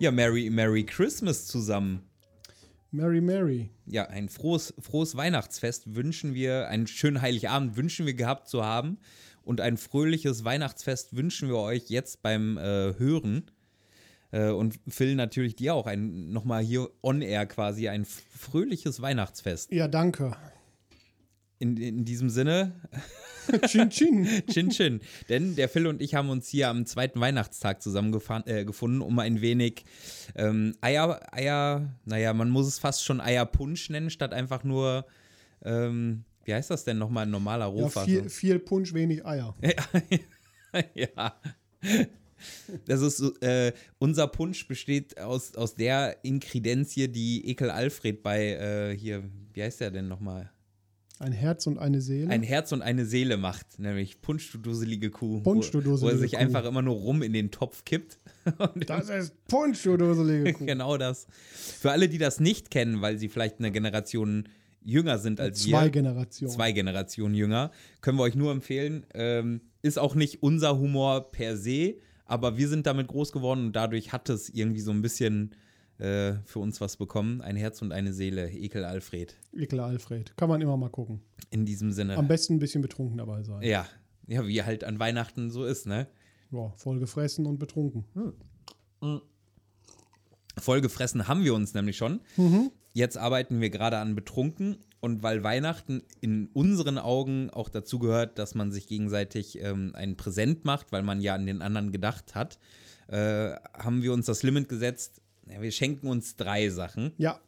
Ja, Merry, Merry Christmas zusammen. Mary, Mary. Ja, ein frohes, frohes Weihnachtsfest wünschen wir, einen schönen Heiligabend wünschen wir gehabt zu haben und ein fröhliches Weihnachtsfest wünschen wir euch jetzt beim äh, Hören. Äh, und Phil natürlich dir auch ein nochmal hier on air quasi ein fröhliches Weihnachtsfest. Ja, danke. In, in diesem Sinne, Chin, chin. Chin Chin. Denn der Phil und ich haben uns hier am zweiten Weihnachtstag zusammengefunden, äh, gefunden, um ein wenig ähm, Eier, Eier, naja, man muss es fast schon Eierpunsch nennen, statt einfach nur, ähm, wie heißt das denn nochmal in normaler Ja, viel, Rohfassung? viel Punsch, wenig Eier. Ja. Das ist, so, äh, unser Punsch besteht aus, aus der Inkredenz hier, die Ekel Alfred bei, äh, hier, wie heißt der denn nochmal? Ein Herz und eine Seele. ein Herz und eine Seele macht, nämlich Punsch, du dusselige Kuh. Punsch, du Wo, wo er dusselige sich Kuh. einfach immer nur rum in den Topf kippt. Und das ist Punsch, du dusselige Kuh. genau das. Für alle, die das nicht kennen, weil sie vielleicht eine Generation jünger sind als Zwei wir, Generationen. zwei Generationen jünger, können wir euch nur empfehlen. Ähm, ist auch nicht unser Humor per se, aber wir sind damit groß geworden und dadurch hat es irgendwie so ein bisschen äh, für uns was bekommen. Ein Herz und eine Seele, Ekel Alfred. Ekel Alfred. Kann man immer mal gucken. In diesem Sinne. Am besten ein bisschen betrunken dabei sein. Ja. Ja, wie halt an Weihnachten so ist, ne? Ja, voll gefressen und betrunken. Hm. Vollgefressen haben wir uns nämlich schon. Jetzt arbeiten wir gerade an betrunken. Und weil Weihnachten in unseren Augen auch dazu gehört, dass man sich gegenseitig ähm, ein Präsent macht, weil man ja an den anderen gedacht hat, äh, haben wir uns das Limit gesetzt. Ja, wir schenken uns drei Sachen. Ja,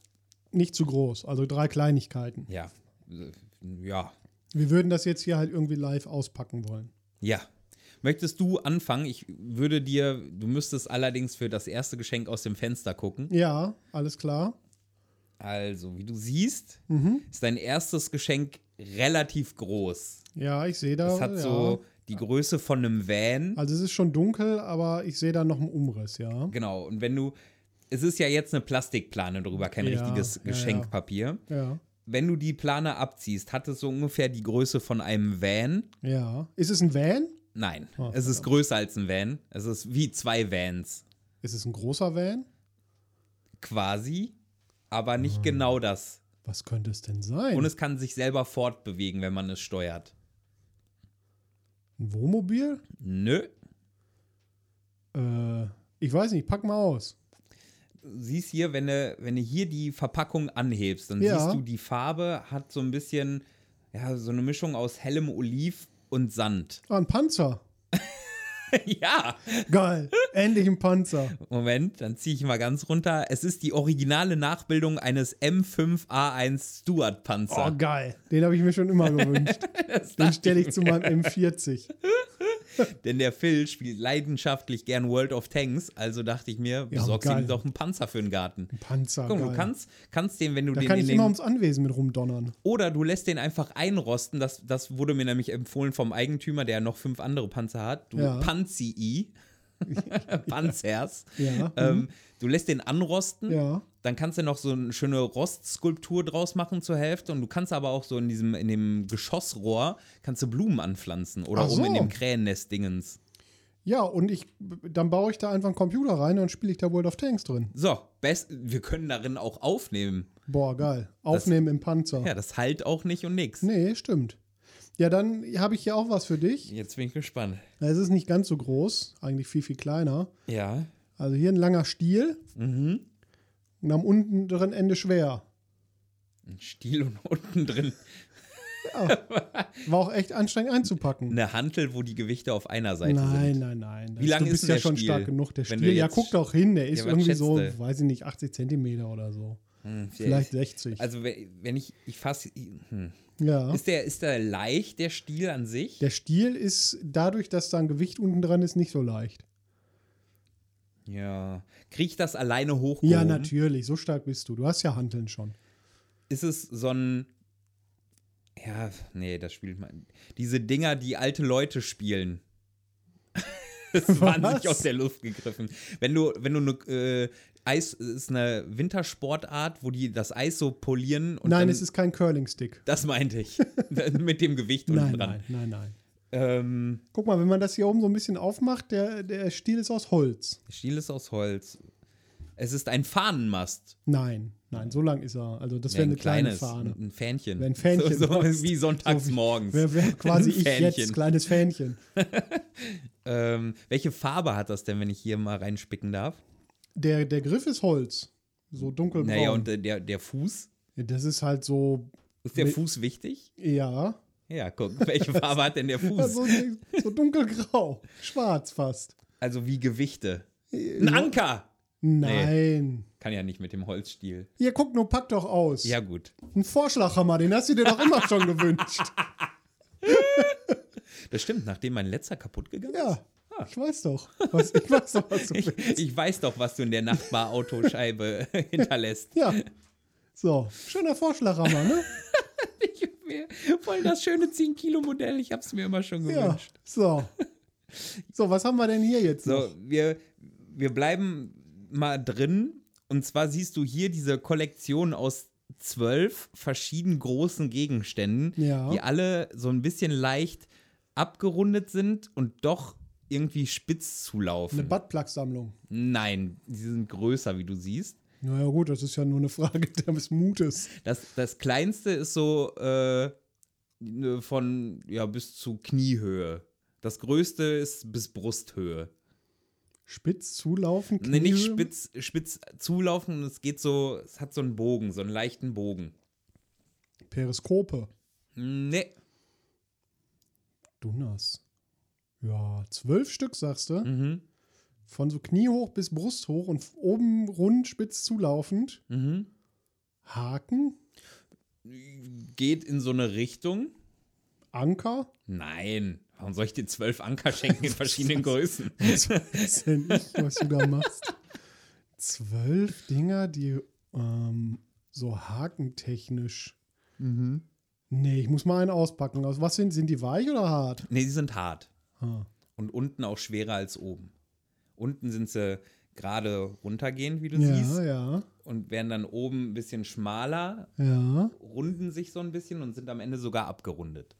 nicht zu groß. Also drei Kleinigkeiten. Ja. äh, Ja. Wir würden das jetzt hier halt irgendwie live auspacken wollen. Ja. Möchtest du anfangen? Ich würde dir, du müsstest allerdings für das erste Geschenk aus dem Fenster gucken. Ja, alles klar. Also, wie du siehst, ist dein erstes Geschenk relativ groß. Ja, ich sehe da. Es hat Also, ja. so die Größe von einem Van. Also es ist schon dunkel, aber ich sehe da noch einen Umriss, ja. Genau. Und wenn du, es ist ja jetzt eine Plastikplane drüber, kein Ja, ja, richtiges ja. Geschenkpapier. Ja. Wenn du die Plane abziehst, hat es so ungefähr die Größe von einem Van. Ja. Ist es ein Van? Nein, Ah, es ist größer als ein Van. Es ist wie zwei Vans Ist es ein großer Van? quasi, aber nicht Ah. genau das. Was könnte es denn sein? Und es kann sich selber fortbewegen, wenn man es steuert. ein Wohnmobil? Nö, Äh, ich weiß nicht, pack mal aus. siehst hier, wenn du, wenn du hier die Verpackung anhebst, dann Ja. siehst du, die Farbe hat so ein bisschen, ja, so eine Mischung aus hellem Oliv und Sand. Ah, ein Panzer. ja, Geil. Endlich ein Panzer. Moment, dann ziehe ich mal ganz runter. Es ist die originale Nachbildung eines M5A1 Stuart Oh, Panzer. geil. Den habe ich mir schon immer gewünscht. Den stelle ich zu meinem M40. Denn der Phil spielt leidenschaftlich gern World of Tanks, also dachte ich mir, besorgst geil. ihm doch einen Panzer für den Garten. Ein Panzer. Guck, geil. du kannst, kannst den, wenn du da den kann in ich den immer ums Anwesen mit rumdonnern. Oder du lässt den einfach einrosten. Das, das wurde mir nämlich empfohlen vom Eigentümer, der noch fünf andere Panzer hat. Du Ja. Panzi-I. Panzers. Ja. Ähm, du lässt den anrosten. Mhm. Ja. Dann kannst du noch so eine schöne Rostskulptur draus machen zur Hälfte. Und du kannst aber auch so in diesem, in dem Geschossrohr, kannst du Blumen anpflanzen. Oder Ach so. oben in dem Krähennest-Dingens. Ja, und ich, dann baue ich da einfach einen Computer rein und dann spiele ich da World of Tanks drin. So, best, wir können darin auch aufnehmen. Boah, geil. Aufnehmen im Panzer. Ja, das halt auch nicht und nix. Nee, stimmt. Ja, dann habe ich hier auch was für dich. Jetzt bin ich gespannt. Es ist nicht ganz so groß, eigentlich viel, viel kleiner. Ja. Also hier ein langer Stiel Mhm. und am unteren Ende schwer. Ein Stiel und unten drin War auch echt anstrengend einzupacken. eine Hantel, wo die Gewichte auf einer Seite Nein, sind. nein, nein. Wie lang du ist bist denn ja der schon Stiel? stark genug, der Wenn Stiel. du Ja, jetzt- guck doch hin, der ist was irgendwie schätzt so, du? weiß ich nicht, 80 Zentimeter oder so. Hm, vielleicht 60. Also we- wenn ich, ich fasse, hm. ja. ist, der, ist der leicht, der Stil an sich? Der Stiel ist dadurch, dass da ein Gewicht unten dran ist, nicht so leicht. ja. Kriege ich das alleine hoch? Ja, natürlich. So stark bist du. Du hast ja Hanteln schon. Ist es so ein, ja, nee, das spielt man, diese Dinger, die alte Leute spielen. Das ist wahnsinnig Was? aus der Luft gegriffen. Wenn du, wenn du eine, äh, Eis ist eine Wintersportart, wo die das Eis so polieren und nein, dann, es ist kein Curling-Stick. das meinte ich. Mit dem Gewicht unten Nein, dran. nein, nein, nein. Ähm, Guck mal, wenn man das hier oben so ein bisschen aufmacht, der, der Stiel ist aus Holz. Der Stiel ist aus Holz. Es ist ein Fahnenmast. Nein, nein, so lang ist er. Also das Ja, wäre eine kleine Fahne. Ein Fähnchen. Wär ein Fähnchen. So, so sonst. wie sonntagsmorgens. Wär, wär quasi Ein ich jetzt, Fähnchen. kleines Fähnchen. ähm, welche Farbe hat das denn, wenn ich hier mal reinspicken darf? Der, der Griff ist Holz. So dunkelbraun. Naja, und äh, der, der Fuß? das ist halt so, Ist der Nee. Fuß wichtig? ja, Ja, guck, welche Farbe hat denn der Fuß? so, so dunkelgrau. Schwarz fast. Also wie Gewichte. Ein Anker! Nein. Kann ja nicht mit dem Holzstiel. Hier, guck nur, pack doch aus. Ja, gut. Ein Vorschlaghammer, den hast du dir doch immer schon gewünscht. Das stimmt, nachdem mein letzter kaputt gegangen ist. Ja, ich weiß doch. Was, ich weiß doch, was du Ah. Ich, willst. ich weiß doch, was du in der Nachbarautoscheibe hinterlässt. Ja. So, schöner Vorschlaghammer, ne? Ich hab mir voll das schöne 10-Kilo-Modell. Ich hab's mir immer schon Ja. gewünscht. So. So, was haben wir denn hier jetzt noch? So, wir, wir bleiben mal drin. Und zwar siehst du hier diese Kollektion aus zwölf verschieden großen Gegenständen, Ja. die alle so ein bisschen leicht abgerundet sind und doch irgendwie spitz Eine zulaufen. Buttplug-Sammlung. Nein, die sind größer, wie du siehst. Naja, gut, das ist ja nur eine Frage des Mutes. Das, das kleinste ist so äh, ne, von ja bis zu Kniehöhe. Das größte ist bis Brusthöhe. Spitz zulaufen, Nee, nicht Kniehöhe? spitz, spitz zulaufen, es geht so, es hat so einen Bogen, so einen leichten Bogen. Periskope. Nee. Dunas. Ja, zwölf Stück, sagst du. Mhm. Von so kniehoch bis brusthoch und oben rund, spitz zulaufend. Mhm. Haken, Geht in so eine Richtung. Anker. Nein. Warum soll ich dir zwölf Anker schenken in verschiedenen Größen? Was weiß denn ich, was du da machst? Zwölf Dinger, die ähm, so hakentechnisch. Mhm. Nee, ich muss mal einen auspacken. Aus was sind, sind die weich oder hart? Nee, die sind hart. Ah, Und unten auch schwerer als oben. Unten sind sie gerade runtergehend, wie du siehst. Ja, ja, Und werden dann oben ein bisschen schmaler, ja. runden sich so ein bisschen und sind am Ende sogar abgerundet.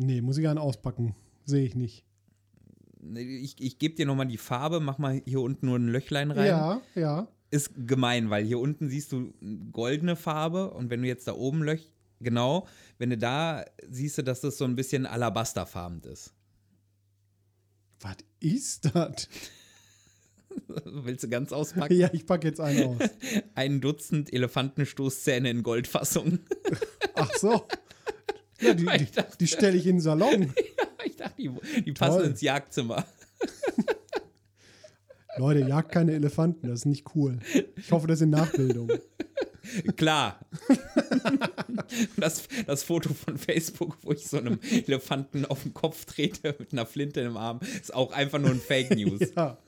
Nee, muss ich einen auspacken. Sehe ich nicht. Ich, ich gebe dir nochmal die Farbe, mach mal hier unten nur ein Löchlein rein. Ja, ja. ist gemein, weil hier unten siehst du goldene Farbe und wenn du jetzt da oben löch, genau, wenn du da siehst du, dass das so ein bisschen alabasterfarben ist. Was ist das? Willst du ganz auspacken? Ja, ich packe jetzt einen aus. Ein Dutzend Elefantenstoßzähne in Goldfassung. Ach so. Ja, die die, Ich dachte- die stelle ich in den Salon. ich dachte, die, die passen Toll. ins Jagdzimmer. Leute, jagt keine Elefanten, das ist nicht cool. Ich hoffe, das sind Nachbildungen. Klar. das, das Foto von Facebook, wo ich so einem Elefanten auf den Kopf trete mit einer Flinte im Arm, ist auch einfach nur ein Fake News. Ja.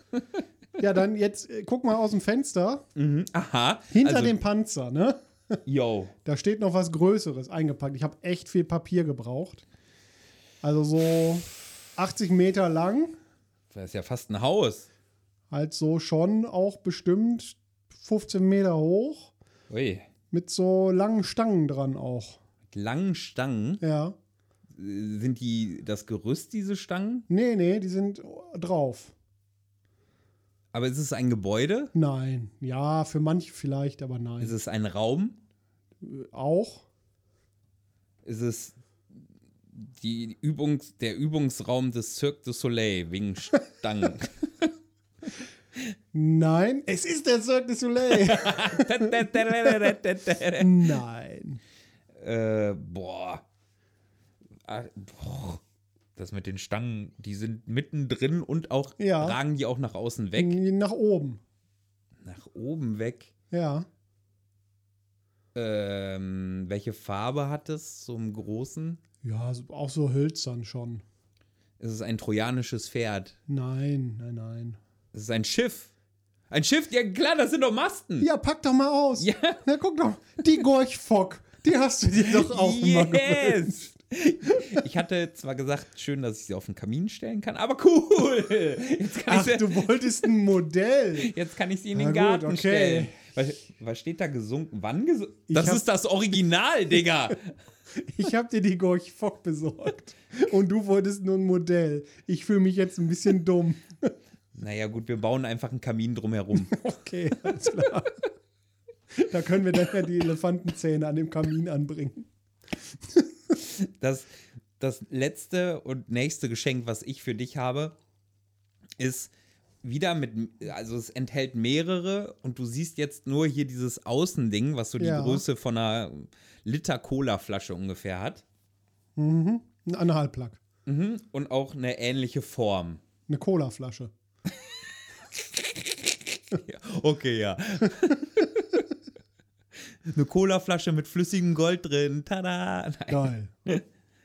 ja, dann jetzt äh, guck mal aus dem Fenster. Mhm. Aha. Hinter also, dem Panzer, ne? Yo. Da steht noch was Größeres eingepackt. Ich habe echt viel Papier gebraucht. Also so 80 Meter lang, Das ist ja fast ein Haus. halt so schon auch bestimmt 15 Meter hoch, Ui. mit so langen Stangen dran auch. Mit langen Stangen. Ja. Äh, Sind die das Gerüst, diese Stangen? Nee, nee, die sind drauf. Aber ist es ein Gebäude? Nein. Ja, für manche vielleicht, aber nein. Ist es ein Raum? auch. Ist es die Übungs-, der Übungsraum des Cirque du Soleil wegen Stangen? Nein. Es ist der Cirque du Soleil. nein. äh, boah. Ah, boah. Das mit den Stangen, die sind mittendrin und auch Ja. Mhm. ragen die auch nach außen weg. Nach oben. Nach oben weg. Ja. Ähm, welche Farbe hat es so im Großen? Ja, so- auch so hölzern schon. Es ist ein trojanisches Pferd. Nein, nein, nein. Es ist ein Schiff. Ein Schiff? Ja, klar, das sind doch Masten. Ja, pack doch mal aus. Ja. Na, guck doch. Die Gorchfock. Die hast du dir doch auch immer gewünscht. yes. Ich hatte zwar gesagt, schön, dass ich sie auf den Kamin stellen kann, aber cool. Jetzt kann, Ach, ich, sie, du wolltest ein Modell. jetzt kann ich sie in Na den gut, Garten okay. stellen. Was, was steht da gesunken? Wann gesunken? Ich Das hab- ist das Original, Digga. Ich habe dir die Gorchfock besorgt. Und du wolltest nur ein Modell. Ich fühle mich jetzt ein bisschen dumm. Naja, gut, wir bauen einfach einen Kamin drumherum. Okay, alles klar. Da können wir dann ja die Elefantenzähne an dem Kamin anbringen. Das, das letzte und nächste Geschenk, was ich für dich habe, ist wieder mit, also es enthält mehrere und du siehst jetzt nur hier dieses Außending, was so die Ja. Größe von einer Liter Cola-Flasche ungefähr hat. Ein Analplug. Mhm. Und auch eine ähnliche Form. Eine Colaflasche. Ja, Okay, ja. eine Cola-Flasche mit flüssigem Gold drin. Tada! Nein, Geil.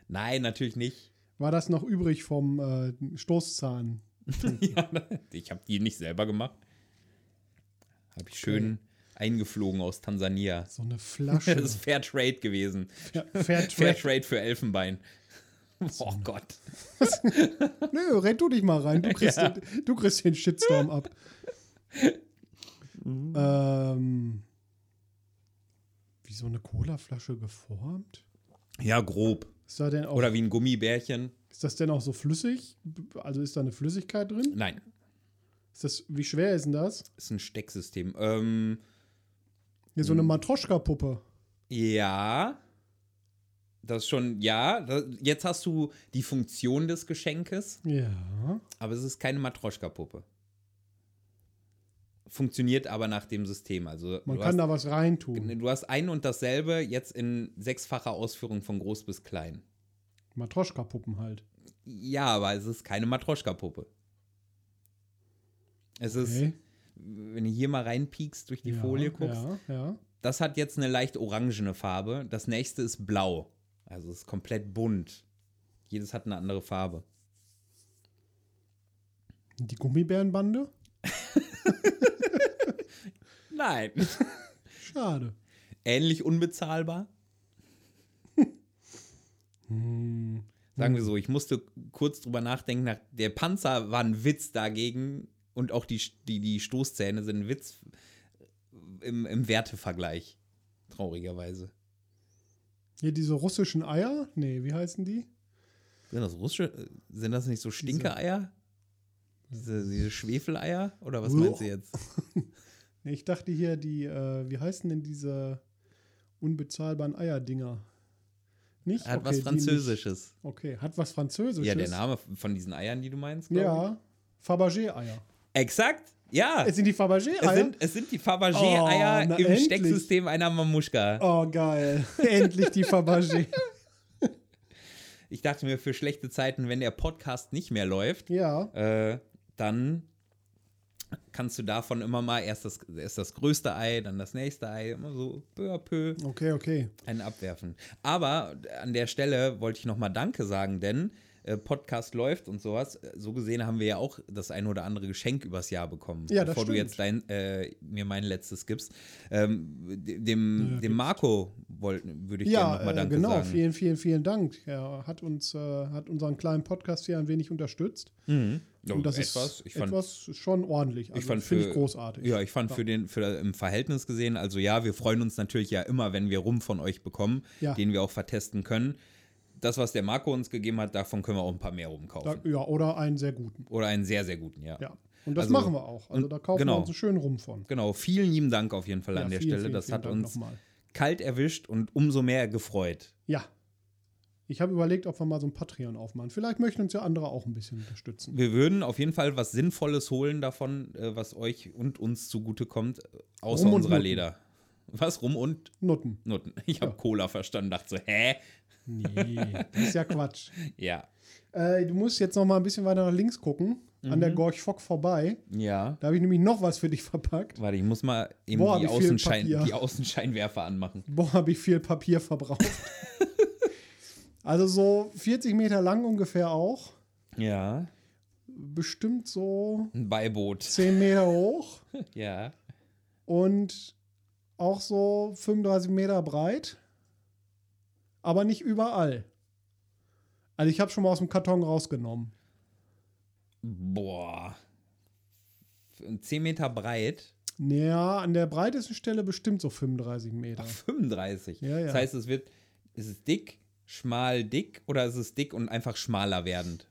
Nein natürlich nicht. War das noch übrig vom äh, Stoßzahn? ja, ich habe die nicht selber gemacht. Habe ich schön eingeflogen aus Tansania. So eine Das Flasche. ist Fairtrade gewesen. Fairtrade. Fairtrade für Elfenbein. Oh Gott. Nö, renn du dich mal rein. Du kriegst, Ja. den, du kriegst den Shitstorm ab. Mhm. ähm, wie so eine Colaflasche geformt? Ja, grob. Ist, da denn auch, Oder wie ein Gummibärchen. ist das denn auch so flüssig? B- Also ist da eine Flüssigkeit drin? Nein, Ist das, wie schwer ist denn das? ist ein Stecksystem. Ähm, Hier so eine Matroschka-Puppe. ja. Das ist schon, ja. Da- Jetzt hast du die Funktion des Geschenkes, Ja. aber es ist keine Matroschka-Puppe. Funktioniert aber nach dem System. Also Man du kann hast- da was reintun. Du hast ein und dasselbe jetzt in sechsfacher Ausführung von groß bis klein. Matroschka-Puppen halt. Ja, aber es ist keine Matroschka-Puppe. Es ist, Okay. wenn du hier mal reinpiekst, durch die ja, Folie guckst, Ja, ja. das hat jetzt eine leicht orangene Farbe. Das nächste ist blau. Also es ist komplett bunt. Jedes hat eine andere Farbe. Die Gummibärenbande? Nein. Schade. Ähnlich unbezahlbar. Sagen wir Mhm. so, ich musste kurz drüber nachdenken, nach, der Panzer war ein Witz dagegen und auch die, die, die Stoßzähne sind ein Witz im, im Wertevergleich, traurigerweise. Hier diese russischen Eier? Nee, wie heißen die? Sind das russische, äh, sind das nicht so Stinkeeier? Diese, diese Schwefeleier? Oder was Uah. meinst du jetzt? Nee, Ich dachte hier, die, äh, wie heißen denn diese unbezahlbaren Eierdinger? Nicht? Okay, Hat die was nicht. Französisches. Okay, hat was Französisches. Ja, der Name von diesen Eiern, die du meinst? glaub ich. Ja, Fabergé-Eier. Exakt, ja. Es sind die Es Fabergé-Eier? sind, es sind die Fabergé-Eier Oh, na im endlich. Stecksystem einer Mamuschka. Oh, geil. Endlich die Fabergé. Ich dachte mir, für schlechte Zeiten, wenn der Podcast nicht mehr läuft, ja, äh, dann kannst du davon immer mal erst das, erst das größte Ei, dann das nächste Ei, immer so peu à peu okay, okay. einen abwerfen. Aber an der Stelle wollte ich nochmal Danke sagen, denn äh, Podcast läuft und sowas. So gesehen haben wir ja auch das ein oder andere Geschenk übers Jahr bekommen. Ja, das bevor du stimmt. jetzt dein, äh, mir mein letztes gibst. Ähm, de- dem, Ja, dem Marco wollten, würde ich ja, Ja, nochmal äh, Danke genau. sagen. Vielen, vielen, vielen Dank. Er hat uns, äh, hat unseren kleinen Podcast hier ein wenig unterstützt. Mhm. Ja, Und das etwas. ist Ich fand, etwas schon ordentlich. Also, ich fand finde für- ich großartig. Ja, ich fand für den für im Verhältnis gesehen, also ja, wir freuen uns natürlich ja immer, wenn wir Rum von euch bekommen, Ja. den wir auch vertesten können. Das, was der Marco uns gegeben hat, davon können wir auch ein paar mehr rumkaufen. Da, ja, oder einen sehr guten. Oder einen sehr, sehr guten, ja. Ja. Und das Also- machen wir auch. Also und- da kaufen genau. wir uns einen schönen Rum von. Genau, vielen lieben Dank auf jeden Fall Ja, an der vielen, Stelle. vielen, das vielen hat Dank uns nochmal. kalt erwischt und umso mehr gefreut. Ja. Ich habe überlegt, ob wir mal so ein Patreon aufmachen. Vielleicht möchten uns ja andere auch ein bisschen unterstützen. Wir würden auf jeden Fall was Sinnvolles holen davon, äh, was euch und uns zugutekommt, äh, außer Rum und unserer Nutten. Leder. Was rum und Nutten. Nutten. Ich habe Cola verstanden, dachte so, hä? Nee, das ist ja Quatsch. Ja. Äh, du musst jetzt noch mal ein bisschen weiter nach links gucken. an Mhm. der Gorch Fock vorbei. Ja. Da habe ich nämlich noch was für dich verpackt. Warte, ich muss mal eben Boah, die, hab ich viel Außenschein Papier. die Außenscheinwerfer anmachen. Boah, habe ich viel Papier verbraucht. also so 40 Meter lang ungefähr auch. Ja. Bestimmt so Ein Beiboot. 10 Meter hoch Ja. und auch so 35 Meter breit. Aber nicht überall. Also ich habe schon mal aus dem Karton rausgenommen. Boah. 10 Meter breit. Naja, an der breitesten Stelle bestimmt so 35 Meter. Ach, 35. Ja, ja. Das heißt, es wird, ist es dick, schmal, dick oder ist es dick und einfach schmaler werdend?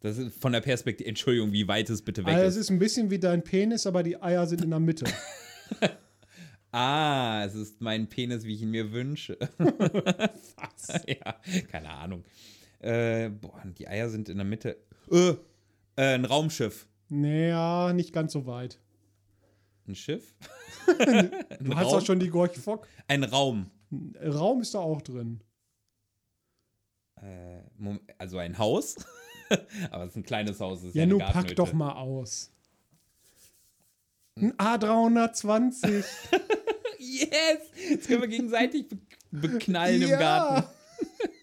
Das ist von der Perspektive, Entschuldigung, wie weit es bitte weg Also es ist. ist ein bisschen wie dein Penis, aber die Eier sind in der Mitte. Ah, es ist mein Penis, wie ich ihn mir wünsche. ja, keine Ahnung. Äh, boah, und die Eier sind in der Mitte. Äh, äh, ein Raumschiff. naja, nicht ganz so weit. Ein Schiff? Du hast Raum? auch schon die Gorch Fock. Ein Raum. Raum ist da auch drin. Äh, Mom- also ein Haus. Aber es ist ein kleines Haus. Es ist Ja, eine nun pack Gartenhütte. doch mal aus. Ein A320. Yes! Jetzt können wir gegenseitig be beknallen im Garten.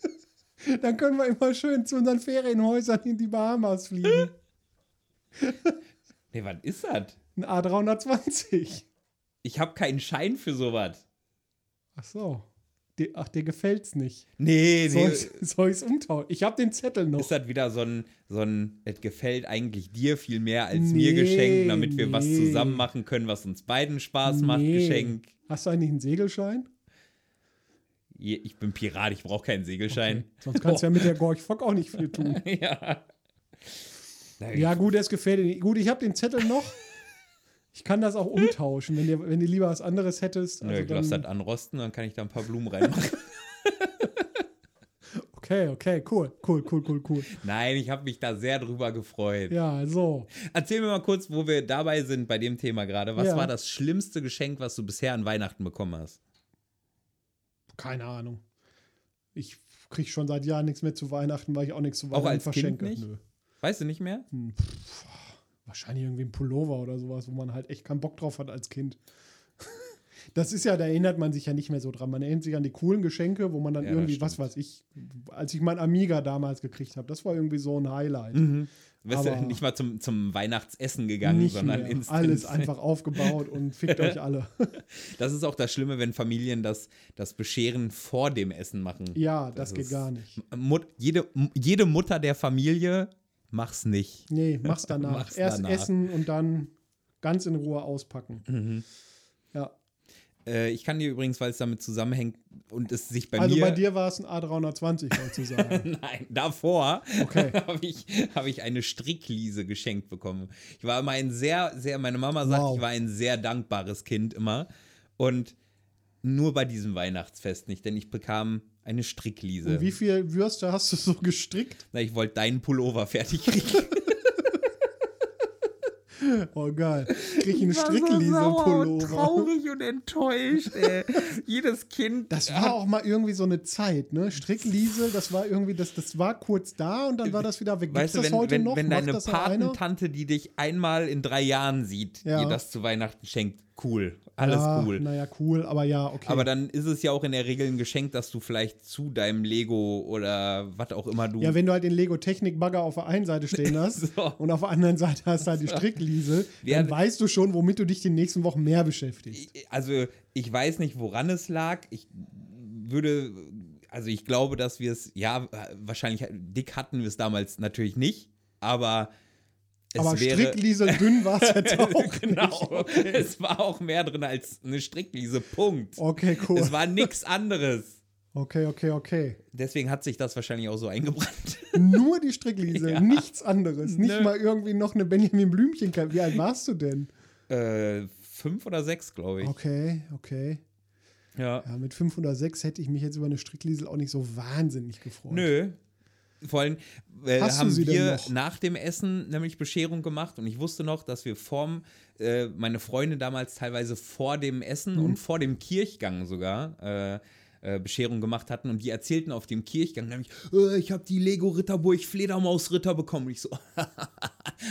Dann können wir immer schön zu unseren Ferienhäusern in die Bahamas fliegen. Nee, was ist das? Ein A320. Ich habe keinen Schein für sowas. Ach so. Dir- ach, dir gefällt's nicht. Nee, Soll nee. ich's, soll ich's umtauschen? Ich hab den Zettel noch. Ist das wieder so ein, so ein, es gefällt eigentlich dir viel mehr als Nee, mir Geschenk, damit wir was nee. zusammen machen können, was uns beiden Spaß macht, Nee. Geschenk. Hast du eigentlich einen Segelschein? Je- Ich bin Pirat, ich brauche keinen Segelschein. Sonst kannst du ja mit der Gorch Fock auch nicht viel tun. ja. Na, Ja, gut, das gefällt dir nicht. Gut, ich habe den Zettel noch. Ich kann das auch umtauschen, wenn du wenn dir lieber was anderes hättest. Nö, halt- Also ich lass das dann, anrosten, dann kann ich da ein paar Blumen reinmachen. okay, okay, cool, cool, cool, cool, cool. Nein, ich habe mich da sehr drüber gefreut. Ja, so. Erzähl mir mal kurz, wo wir dabei sind bei dem Thema gerade. Was Ja. war das schlimmste Geschenk, was du bisher an Weihnachten bekommen hast? Keine Ahnung. Ich kriege schon seit Jahren nichts mehr zu Weihnachten, weil ich auch nichts zu Auch Weihnachten als Kind verschenke. nicht? Nö. Weißt du nicht mehr? Hm, pff, wahrscheinlich irgendwie ein Pullover oder sowas, wo man halt echt keinen Bock drauf hat als Kind. Das ist ja, da erinnert man sich ja nicht mehr so dran. Man erinnert sich an die coolen Geschenke, wo man dann Ja, das irgendwie, stimmt. was weiß ich, als ich mein Amiga damals gekriegt habe, das war irgendwie so ein Highlight. Du bist ja Mhm. Aber- nicht mal zum, zum Weihnachtsessen gegangen, nicht sondern mehr. ins, alles ins, einfach aufgebaut und fickt euch alle. Das ist auch das Schlimme, wenn Familien das, das Bescheren vor dem Essen machen. Ja, das, ist- geht gar nicht. Mut, jede, jede Mutter der Familie mach's nicht. Nee, mach's danach. Mach's Erst danach. essen und dann ganz in Ruhe auspacken. Mhm. Ja. Äh, ich kann dir übrigens, weil es damit zusammenhängt und es sich bei also mir. bei dir war es ein A320 sozusagen. Nein, davor Okay. habe ich, hab ich eine Strickliese geschenkt bekommen. Ich war immer ein sehr, sehr, meine Mama sagt, Wow. ich war ein sehr dankbares Kind immer. Und nur bei diesem Weihnachtsfest nicht, denn ich bekam eine Strickliese. und wie viel Würste hast du so gestrickt? Na, ich wollte deinen Pullover fertig kriegen. Oh geil. Krieg ich einen Strickliese-Pullover. traurig und enttäuscht, ey. Jedes Kind. Das war auch mal irgendwie so eine Zeit, ne? Strickliesel, das war irgendwie, das, das war kurz da und dann war das wieder weg. Gibt's Äh, Weißt du, das wenn, heute wenn, noch? wenn Macht deine das noch einer? Patentante, die dich einmal in drei Jahren sieht, Ja. dir das zu Weihnachten schenkt, cool. Alles ja, cool. Naja, cool, aber ja, okay. Aber dann ist es ja auch in der Regel ein Geschenk, dass du vielleicht zu deinem Lego oder was auch immer du. Ja, wenn du halt den Lego-Technik-Bagger auf der einen Seite stehen hast So. und auf der anderen Seite hast du halt die Strickliese, Wer- dann weißt du schon, womit du dich die nächsten Wochen mehr beschäftigst. also, ich weiß nicht, woran es lag. Ich würde. Also, ich glaube, dass wir es. Ja, wahrscheinlich dick hatten wir es damals natürlich nicht. Aber. Es Aber wäre, Strickliese dünn war es jetzt auch Genau. nicht. Es war auch mehr drin als eine Strickliese. Punkt. Okay, cool. Es war nichts anderes. Okay, okay, okay. Deswegen hat sich das wahrscheinlich auch so eingebrannt. Nur die Strickliese, Ja. nichts anderes. Nicht Nö. mal irgendwie noch eine Benjamin blümchen -Cap. Wie alt warst du denn? äh, fünf oder sechs, glaube ich. Okay, okay. Ja. Ja, mit 506 hätte ich mich jetzt über eine Strickliesel auch nicht so wahnsinnig gefreut. Nö. Vor allem äh, Hast du haben sie denn wir noch? nach dem Essen nämlich Bescherung gemacht und ich wusste noch, dass wir vorm, äh, meine Freunde damals teilweise vor dem Essen Mhm. und vor dem Kirchgang sogar äh, äh, Bescherung gemacht hatten und die erzählten auf dem Kirchgang nämlich, äh, ich habe die Lego Ritterburg Fledermaus Ritter bekommen. Und ich so,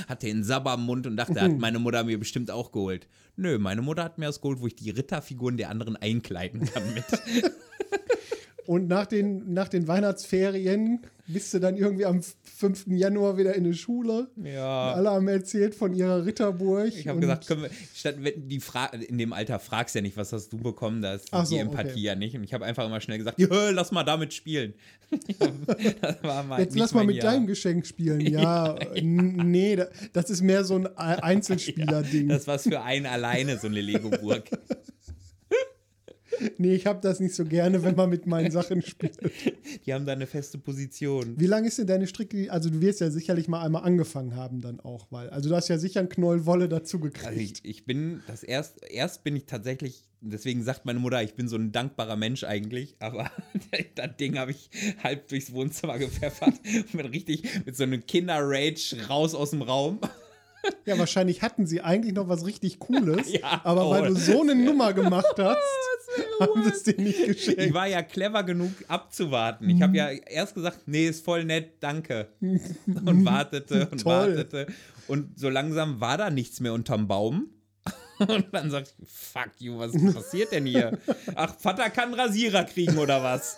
hatte den Sabber im Mund und dachte, Mhm. hat meine Mutter mir bestimmt auch geholt. Nö, meine Mutter hat mir das geholt, wo ich die Ritterfiguren der anderen einkleiden kann mit. Und nach den, nach den Weihnachtsferien bist du dann irgendwie am 5. Januar wieder in der Schule. Ja. Alle haben erzählt von ihrer Ritterburg. Ich habe und- gesagt, können wir, statt wenn die Frage, in dem Alter fragst du ja nicht, was hast du bekommen, da ist Ach die so, Empathie okay. ja nicht. Und ich habe einfach immer schnell gesagt, Jö, lass mal damit spielen. das war mein, Jetzt nicht lass mal mein mit Jahr. deinem Geschenk spielen. Ja, n- nee, da- das ist mehr so ein Ei- Einzelspieler-Ding. Das war's für einen alleine, so eine Lego-Burg. nee, ich habe das nicht so gerne, wenn man mit meinen Sachen spielt. Die haben da eine feste Position. Wie lange ist denn deine Stricke? Also du wirst ja sicherlich mal einmal angefangen haben dann auch, weil also du hast ja sicher einen Knoll Wolle dazu Also gekriegt. ich, ich bin, das erst, erst bin ich tatsächlich, deswegen sagt meine Mutter, ich bin so ein dankbarer Mensch eigentlich, aber das Ding habe ich halb durchs Wohnzimmer gepfeffert und bin richtig mit so einem Kinder-Rage raus aus dem Raum. ja, wahrscheinlich hatten sie eigentlich noch was richtig Cooles, Ja, aber oh. weil du so eine Nummer gemacht hast, haben sie es dir nicht Ich geschenkt. war ja clever genug abzuwarten. Ich habe ja erst gesagt, nee, ist voll nett, danke. Und wartete und Toll. wartete. Und so langsam war da nichts mehr unterm Baum. Und dann sagt, fuck you, was passiert denn hier? Ach, Vater kann einen Rasierer kriegen oder was?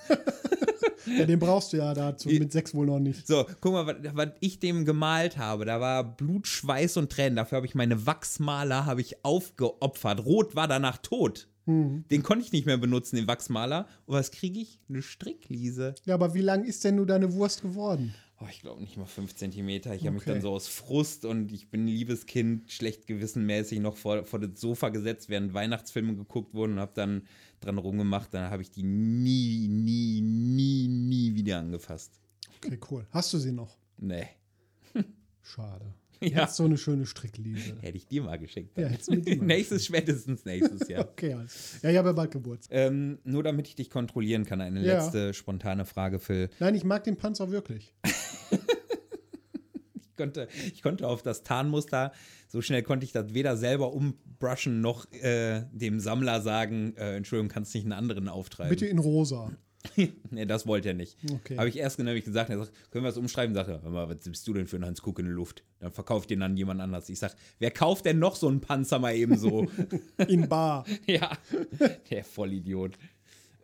Ja, den brauchst du ja dazu, mit sechs wohl noch nicht. So, guck mal, was, was ich dem gemalt habe. Da war Blut, Schweiß und Tränen. Dafür habe ich meine Wachsmaler habe ich aufgeopfert. Rot war danach tot. Den konnte ich nicht mehr benutzen, den Wachsmaler. Und was kriege ich? Eine Strickliese. Ja, aber wie lang ist denn nur deine Wurst geworden? Oh, ich glaube nicht mal 5 Zentimeter. Ich habe mich Okay. dann so aus Frust und ich bin ein liebes Kind, schlecht gewissenmäßig noch vor, vor das Sofa gesetzt, während Weihnachtsfilme geguckt wurden und habe dann dran rumgemacht. Dann habe ich die nie, nie, nie, nie wieder angefasst. Okay, cool. Hast du sie noch? Nee. Schade. Ja. Jetzt so eine schöne Strickliese. Hätte ich dir mal geschenkt. Ja, hättest du mir die mal nächstes, spätestens nächstes Jahr. Okay, alles. Ja, ich habe ja bald Geburtstag. ähm, nur damit ich dich kontrollieren kann, eine Ja. letzte spontane Frage, Phil. Nein, ich mag den Panzer wirklich. Ich konnte, ich konnte auf das Tarnmuster, so schnell konnte ich das weder selber umbrushen noch äh, dem Sammler sagen, äh, Entschuldigung, kannst nicht einen anderen auftreiben. Bitte in rosa. nee, das wollte er nicht. Okay. Habe ich erst nämlich gesagt, er sagt, können wir das umschreiben? Sagt er, hör mal, was bist du denn für ein Hans Kuck in der Luft? Dann verkauft den an jemand anders. Ich sag, wer kauft denn noch so einen Panzer mal eben so? In bar. ja, der Vollidiot.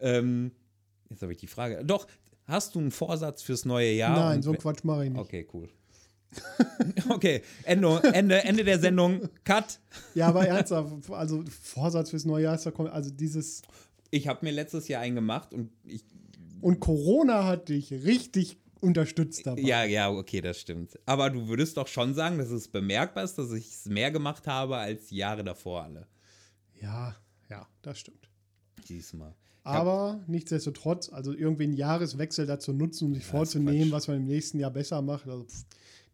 Ähm, jetzt habe ich die Frage. Doch, hast du einen Vorsatz fürs neue Jahr? Nein, Und so we- einen Quatsch mache ich nicht. Okay, cool. Okay, Ende, Ende, Ende der Sendung. Cut. Ja, aber ernsthaft, also Vorsatz fürs neue Jahr ist ja kommen. Also dieses. Ich habe mir letztes Jahr einen gemacht und ich. Und Corona hat dich richtig unterstützt dabei. Ja, ja, okay, das stimmt. Aber du würdest doch schon sagen, dass es bemerkbar ist, dass ich es mehr gemacht habe als die Jahre davor alle. Ja, ja, das stimmt. Diesmal. Ich hab- Aber nichtsdestotrotz, also irgendwie einen Jahreswechsel dazu nutzen, um sich vorzunehmen, Quatsch. was man im nächsten Jahr besser macht. Also, pff,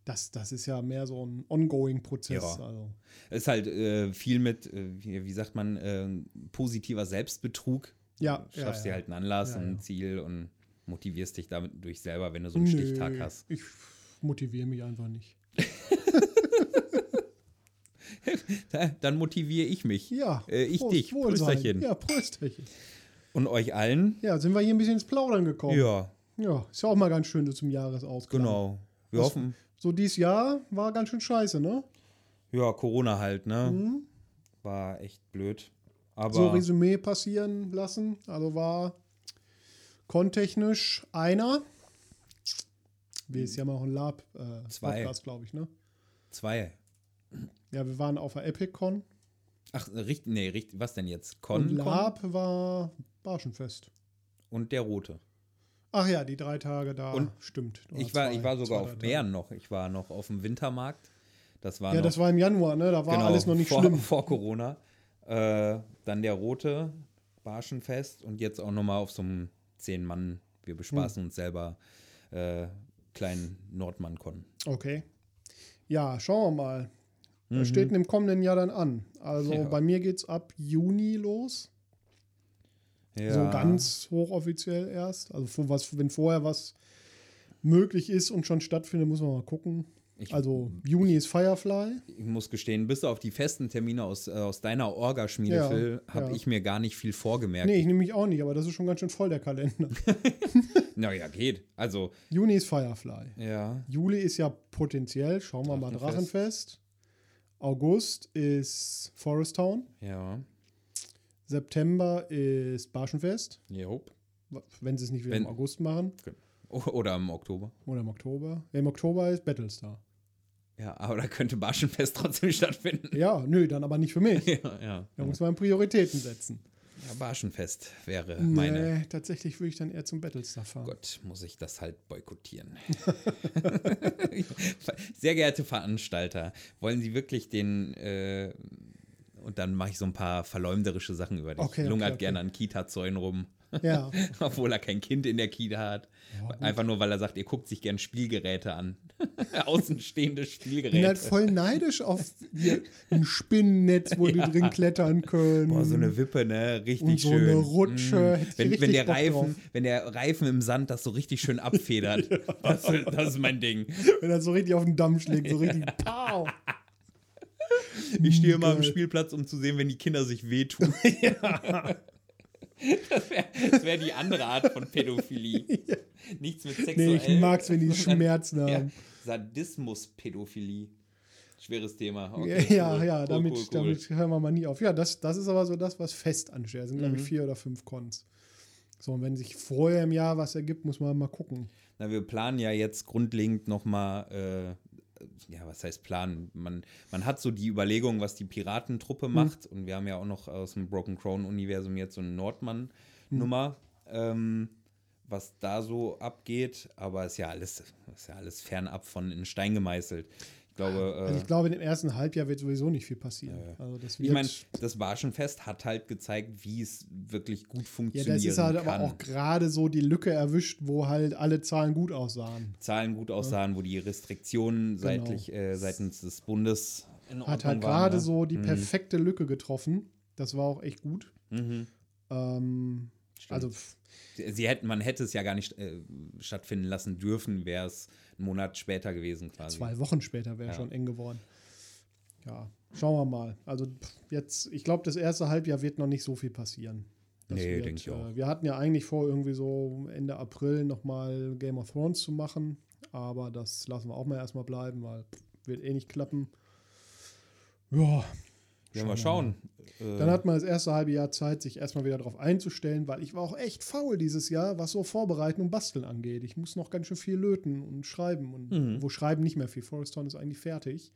das, das ist ja mehr so ein Ongoing-Prozess. Ja. Also. ist halt äh, viel mit, äh, wie, wie sagt man, äh, positiver Selbstbetrug. Ja, Du ja, schaffst dir ja. halt einen Anlass, Ja, und ein ja. Ziel und motivierst dich damit durch selber, wenn du so einen Stichtag Nö, hast. Ich motiviere mich einfach nicht. Dann motiviere ich mich. Ja, Äh, ich dich. Wohlsein. Prösterchen. Ja, Prösterchen. Und euch allen. Ja, sind wir hier ein bisschen ins Plaudern gekommen. Ja, Ja, ist ja auch mal ganz schön so zum Jahresausklang. genau. Wir Das- hoffen. So, dieses Jahr war ganz schön scheiße, ne? Ja, Corona halt, ne? War echt blöd. Aber Mhm. so Resümee passieren lassen. Also war kontechnisch einer. Wir ist ja mal ein Lab äh, Zwei. Podcast, glaube ich, ne? zwei. Ja, wir waren auf der EpicCon Ach, richtig, nee, richtig, was denn jetzt? Con, und Con Lab war Barschenfest. und der Rote. Ach ja, die drei Tage da. Und stimmt. Oder Ich war, zwei, ich war sogar zwei, auf drei Tage. Bären noch. Ich war noch auf dem Wintermarkt. Das war Ja, noch, das war im Januar, ne? Da war genau, alles noch nicht vor, schlimm. Vor Corona. Äh, dann der Rote, Barschenfest und jetzt auch nochmal auf so einem Zehn-Mann. Wir bespaßen Hm. uns selber äh, kleinen Nordmann-Con. Okay. Ja, schauen wir mal. Was steht denn im kommenden Jahr dann an? Also Mhm. Ja. bei mir geht's ab Juni los. Ja. So ganz hochoffiziell erst. Also vor was, wenn vorher was möglich ist und schon stattfindet, muss man mal gucken. Ich- Also Juni ist Firefly. Ich muss gestehen, bis auf die festen Termine aus, äh, aus deiner Orgaschmiede, Ja, Phil, habe ja. ich mir gar nicht viel vorgemerkt. Nee, ich nehme mich auch nicht, aber das ist schon ganz schön voll der Kalender. Naja, geht. Also, Juni ist Firefly. ja. Juli ist ja potenziell, schauen wir mal, Drachenfest. August ist Forest Town. Ja. September ist Barschenfest, Jo. wenn sie es nicht wieder Wenn- im August machen. O- Oder im Oktober. Oder im Oktober. Im Oktober ist Battlestar. Ja, aber da könnte Barschenfest trotzdem stattfinden. Ja, nö, dann aber nicht für mich. Ja, ja. Da muss man Prioritäten setzen. ja Barschenfest wäre meine. Nee, tatsächlich würde ich dann eher zum Battlestar fahren. Gott, muss ich das halt boykottieren. Sehr geehrte Veranstalter, wollen Sie wirklich den. Äh, und dann mache ich so ein paar verleumderische Sachen über dich. Okay, okay, Lungert okay. gerne an Kita-Zäunen rum. Ja. Obwohl er kein Kind in der Kita hat. Ja, gut. Einfach nur, weil er sagt, ihr guckt sich gern Spielgeräte an. Außenstehende Ich bin halt Spielgeräte. voll neidisch auf ihr ein Spinnennetz, wo die drin klettern können. Boah, Oh, so eine Wippe, ne? Richtig Und so schön. Hm. Mhm. eine Rutsche. Hätte ich Wenn, richtig wenn, der Bock drauf. Reifen, wenn der Reifen im Sand das so richtig schön abfedert. das, das ist mein Ding. Wenn er so richtig auf den Damm schlägt, so richtig pow. Ich stehe immer am Geil. Spielplatz, um zu sehen, wenn die Kinder sich wehtun. Das wäre das wär die andere Art von Pädophilie. Nichts mit sexuell. Nee, ich mag's, wenn die sondern- Schmerzen Ja, haben. Sadismus-Pädophilie. Schweres Thema. Ja, Okay, ja, cool, ja, cool, damit, cool, cool. damit hören wir mal nie auf. Ja, das, das ist aber so das, was fest ansteht. Das sind, glaube ich, Mhm. vier oder fünf Cons. So, und wenn sich vorher im Jahr was ergibt, muss man mal gucken. Na, wir planen ja jetzt grundlegend nochmal, äh, ja, was heißt planen? Man, man hat so die Überlegung, was die Mhm. Piratentruppe macht. Und wir haben ja auch noch aus dem Broken Crown-Universum jetzt so eine Nordmann-Nummer, Mhm. ähm, was da so abgeht. Aber ist ja alles, ist ja alles fernab von in Stein gemeißelt. Ich glaube. Äh, Also ich glaube, in dem ersten Halbjahr wird sowieso nicht viel passieren. Also das wird, ich meine, das Barschenfest hat halt gezeigt, wie es wirklich gut ja, funktionieren das ist halt kann. aber auch gerade so die Lücke erwischt, wo halt alle Zahlen gut aussahen. Zahlen gut aussahen, wo die Restriktionen seitlich, äh, seitens des Bundes in Genau. Hat halt waren, gerade ne? so die Mhm. perfekte Lücke getroffen. Das war auch echt gut. Mhm. Ähm, also pff, Sie sie hätten, man hätte es ja gar nicht äh, stattfinden lassen dürfen, wäre es einen Monat später gewesen quasi. zwei Wochen später wäre Also Ja. schon eng geworden. Ja, schauen wir mal. Also pff, jetzt, ich glaube, das erste Halbjahr wird noch nicht so viel passieren. Das Nee, wird, denk ich auch. äh, Wir hatten ja eigentlich vor, irgendwie so Ende April nochmal Game of Thrones zu machen. Aber das lassen wir auch mal erstmal bleiben, weil pff, wird eh nicht klappen. Ja, Werden wir schauen. Äh, Dann hat man das erste halbe Jahr Zeit, sich erstmal wieder darauf einzustellen, weil ich war auch echt faul dieses Jahr, was so Vorbereiten und Basteln angeht. Ich muss noch ganz schön viel löten und schreiben und Mhm. wo schreiben nicht mehr viel. Foreston ist eigentlich fertig.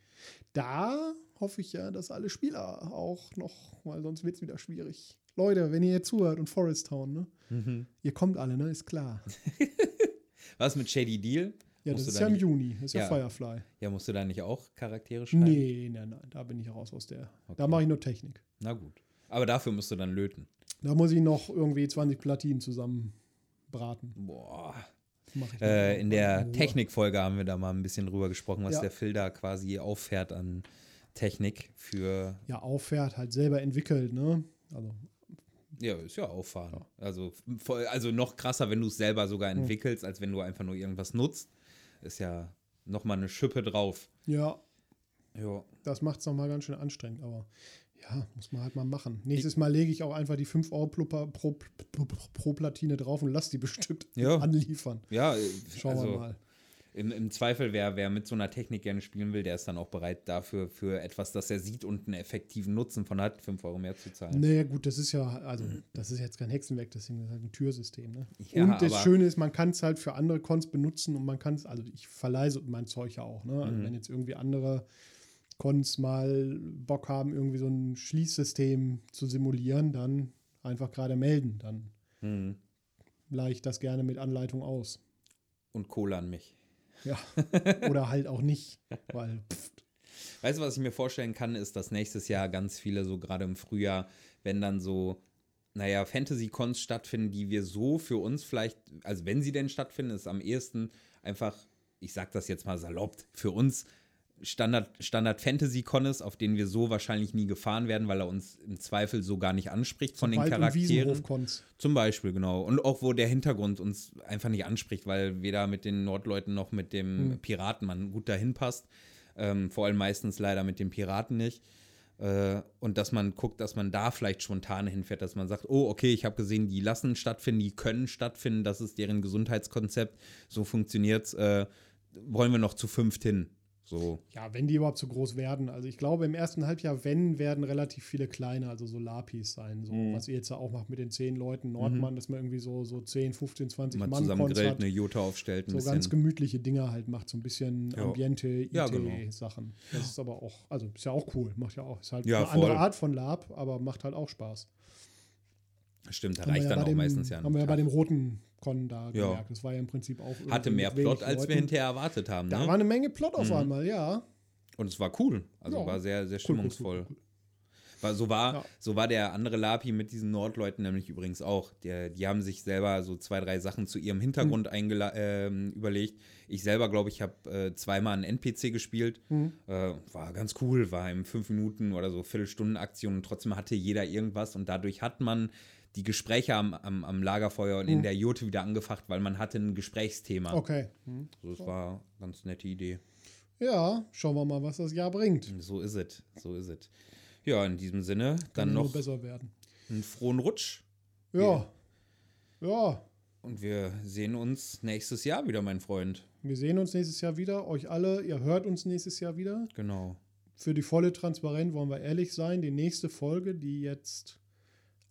Da hoffe ich ja, dass alle Spieler auch noch, weil sonst wird es wieder schwierig. Leute, wenn ihr jetzt zuhört und Forest Town, ne? mhm. Ihr kommt alle, ne? Ist klar. Was mit Shady Deal? Ja, Musst das du ist da ja im nicht- Juni. Das ist ja, Ja. Firefly. Ja, musst du da nicht auch Charaktere schreiben? Nee, nein, nein, da bin ich raus aus der. Da Okay. mache ich nur Technik. Na gut. Aber dafür musst du dann löten. Da muss ich noch irgendwie 20 Platinen zusammenbraten. Boah. Mach ich Äh, in der Ruhe. Technikfolge haben wir da mal ein bisschen drüber gesprochen, was Ja. der Phil da quasi auffährt an Technik für. ja, auffährt, halt selber entwickelt, ne? Also, Ja, ist ja auffahren. Also, voll, also noch krasser, wenn du es selber sogar entwickelst, als wenn du einfach nur irgendwas nutzt. Ist ja nochmal eine Schippe drauf. ja, Ja. das macht es nochmal ganz schön anstrengend, aber ja, muss man halt mal machen. Nächstes Mal lege ich auch einfach die 5 Euro pro, Pa- pro, pro, pro Platine drauf und lass die bestimmt Ja. anliefern. Ja, äh, Schauen wir also mal. im, im Zweifel, wer, wer mit so einer Technik gerne spielen will, der ist dann auch bereit dafür, für etwas, das er sieht und einen effektiven Nutzen von hat, 5 Euro mehr zu zahlen. Naja, gut, das ist ja, also, das ist jetzt kein Hexenwerk, deswegen ist halt ein Türsystem. Ne? Mhm. Ja, und das aber- Schöne ist, man kann es halt für andere Cons benutzen und man kann es, also ich verleise mein Zeug ja auch. Ne? Also Mhm. wenn jetzt irgendwie andere Cons mal Bock haben, irgendwie so ein Schließsystem zu simulieren, dann einfach gerade melden. Dann Hm. leih ich das gerne mit Anleitung aus. Und Kohle an mich. Ja. Oder halt auch nicht, weil pff, Weißt du, was ich mir vorstellen kann, ist, dass nächstes Jahr ganz viele so gerade im Frühjahr, wenn dann so, naja, Fantasy-Cons stattfinden, die wir so für uns vielleicht, also wenn sie denn stattfinden, ist am ehesten einfach, ich sag das jetzt mal salopp, für uns Standard, Standard Fantasy Con ist, auf den wir so wahrscheinlich nie gefahren werden, weil er uns im Zweifel so gar nicht anspricht von den Wald- und Charakteren. Wiesenhof-Cons. Zum Beispiel, genau. Und auch, wo der Hintergrund uns einfach nicht anspricht, weil weder mit den Nordleuten noch Hm. mit dem Piratenmann gut dahin passt. Ähm, vor allem meistens leider mit den Piraten nicht. Äh, und dass man guckt, dass man da vielleicht spontan hinfährt, dass man sagt, oh, okay, ich habe gesehen, die lassen stattfinden, die können stattfinden, das ist deren Gesundheitskonzept, so funktioniert's. Äh, wollen wir noch zu fünft hin? So. Ja, wenn die überhaupt so groß werden. Also ich glaube, im ersten Halbjahr, wenn, werden relativ viele kleine, also so Lapis sein. So, Mhm. was ihr jetzt ja auch macht mit den zehn Leuten Nordmann, dass man irgendwie so, so 10, 15, 20 Mal Mann zusammen Cons grillt, hat. eine Jota aufstellt, ein so bisschen. ganz gemütliche Dinge halt macht, so ein bisschen Ja. Ambiente, Ja, genau. IT-Sachen. Das ist aber auch, also ist ja auch cool, macht ja auch, ist halt Ja, eine andere voll. Art von Lab, aber macht halt auch Spaß. Stimmt, da Haben wir reicht ja dann bei auch dem, meistens ja. Haben wir ja bei dem roten Con da Ja. gemerkt. Das war ja im Prinzip auch irgendwie Hatte mehr mit wenig Plot, als wir Leuten. hinterher erwartet haben. Da ne? war eine Menge Plot auf einmal, ja. Und es war cool. Also Ja. war sehr, sehr Cool, cool, cool, stimmungsvoll. cool, War, so, war, Ja. so war der andere Lapi mit diesen Nordleuten nämlich übrigens auch. Der, die haben sich selber so zwei, drei Sachen zu ihrem Hintergrund Mhm. eingela- ähm, überlegt. Ich selber, glaube ich, habe äh, zweimal einen NPC gespielt. Mhm. Äh, war ganz cool, war in fünf Minuten oder so Viertelstunden-Aktion und trotzdem hatte jeder irgendwas und dadurch hat man die Gespräche am, am, am Lagerfeuer und in der Jurte wieder angefacht, weil man hatte ein Gesprächsthema. Mhm. Okay. Hm. So, es war eine ganz nette Idee. Ja, schauen wir mal, was das Jahr bringt. So ist es, so ist es. Ja, in diesem Sinne, Kann dann ja nur noch besser werden. einen frohen Rutsch Ja. Ja. und wir sehen uns nächstes Jahr wieder, mein Freund. Wir sehen uns nächstes Jahr wieder, euch alle. Ihr hört uns nächstes Jahr wieder. Genau. für die volle Transparenz wollen wir ehrlich sein, die nächste Folge, die jetzt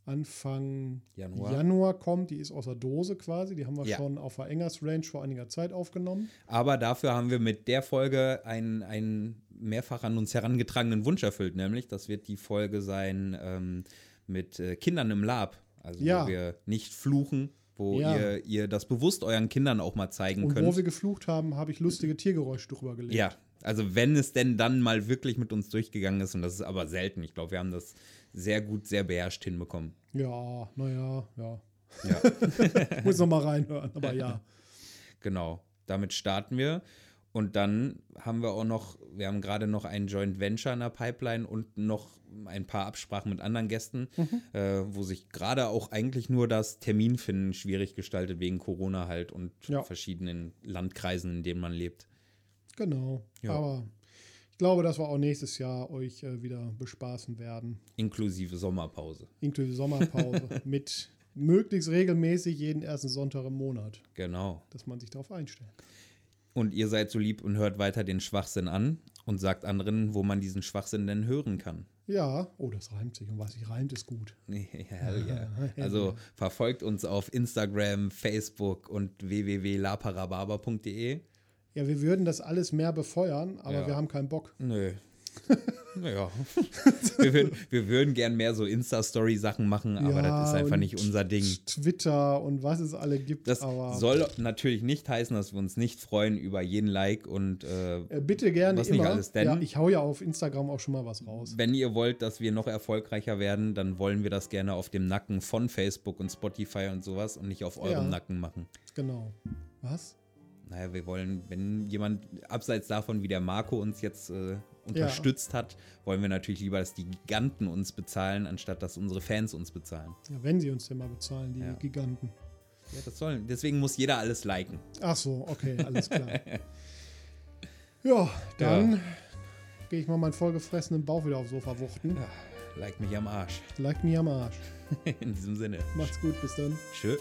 Anfang Januar. Januar, kommt, die ist aus der Dose quasi. Die haben wir Ja. schon auf der Engers Range vor einiger Zeit aufgenommen. Aber dafür haben wir mit der Folge einen, einen mehrfach an uns herangetragenen Wunsch erfüllt, nämlich das wird die Folge sein ähm, mit äh, Kindern im Lab. Also Ja. wo wir nicht fluchen, wo Ja. ihr, ihr das bewusst euren Kindern auch mal zeigen Und könnt. wo wir geflucht haben, habe ich lustige Tiergeräusche drüber gelegt. Ja, also wenn es denn dann mal wirklich mit uns durchgegangen ist, und das ist aber selten, ich glaube, wir haben das sehr gut, sehr beherrscht hinbekommen. Ja, naja, ja. Ja, Ich muss noch mal reinhören, aber ja. genau. Damit starten wir. Und dann haben wir auch noch, wir haben gerade noch ein Joint Venture in der Pipeline und noch ein paar Absprachen mit anderen Gästen, äh, wo sich gerade auch eigentlich nur das Terminfinden schwierig gestaltet wegen Corona halt und Ja. verschiedenen Landkreisen, in denen man lebt. Genau. Ja. Aber ich glaube, dass wir auch nächstes Jahr euch äh, wieder bespaßen werden. Inklusive Sommerpause. Inklusive Sommerpause. mit möglichst regelmäßig jeden ersten Sonntag im Monat, Genau. dass man sich darauf einstellt. Und ihr seid so lieb und hört weiter den Schwachsinn an und sagt anderen, wo man diesen Schwachsinn denn hören kann. Ja, oh, das reimt sich. Und was sich reimt, ist gut. Hell yeah. Also verfolgt uns auf Instagram, Facebook und www.laparababa.de. Ja, wir würden das alles mehr befeuern, aber Ja. wir haben keinen Bock. Nö. naja. wir, würden, wir würden gern mehr so Insta-Story-Sachen machen, Ja, aber das ist einfach und nicht unser Ding. Twitter und was es alle gibt, Das aber soll natürlich nicht heißen, dass wir uns nicht freuen über jeden Like und äh, äh, bitte gerne Was nicht immer. alles, denn- Ja, ich hau ja auf Instagram auch schon mal was raus. Wenn ihr wollt, dass wir noch erfolgreicher werden, dann wollen wir das gerne auf dem Nacken von Facebook und Spotify und sowas und nicht auf eurem Ja. Nacken machen. Genau. Was? Naja, wir wollen, wenn jemand abseits davon, wie der Marco uns jetzt äh, unterstützt hat, wollen wir natürlich lieber, dass die Giganten uns bezahlen, anstatt dass unsere Fans uns bezahlen. Ja, wenn sie uns denn mal bezahlen, die Ja. Giganten. Ja, das sollen. Deswegen muss jeder alles liken. Ach so, okay, alles klar. ja, dann gehe ich mal meinen vollgefressenen Bauch wieder aufs Sofa wuchten. Like mich am Arsch. Like mir am Arsch. In diesem Sinne. Macht's gut, bis dann. Tschö.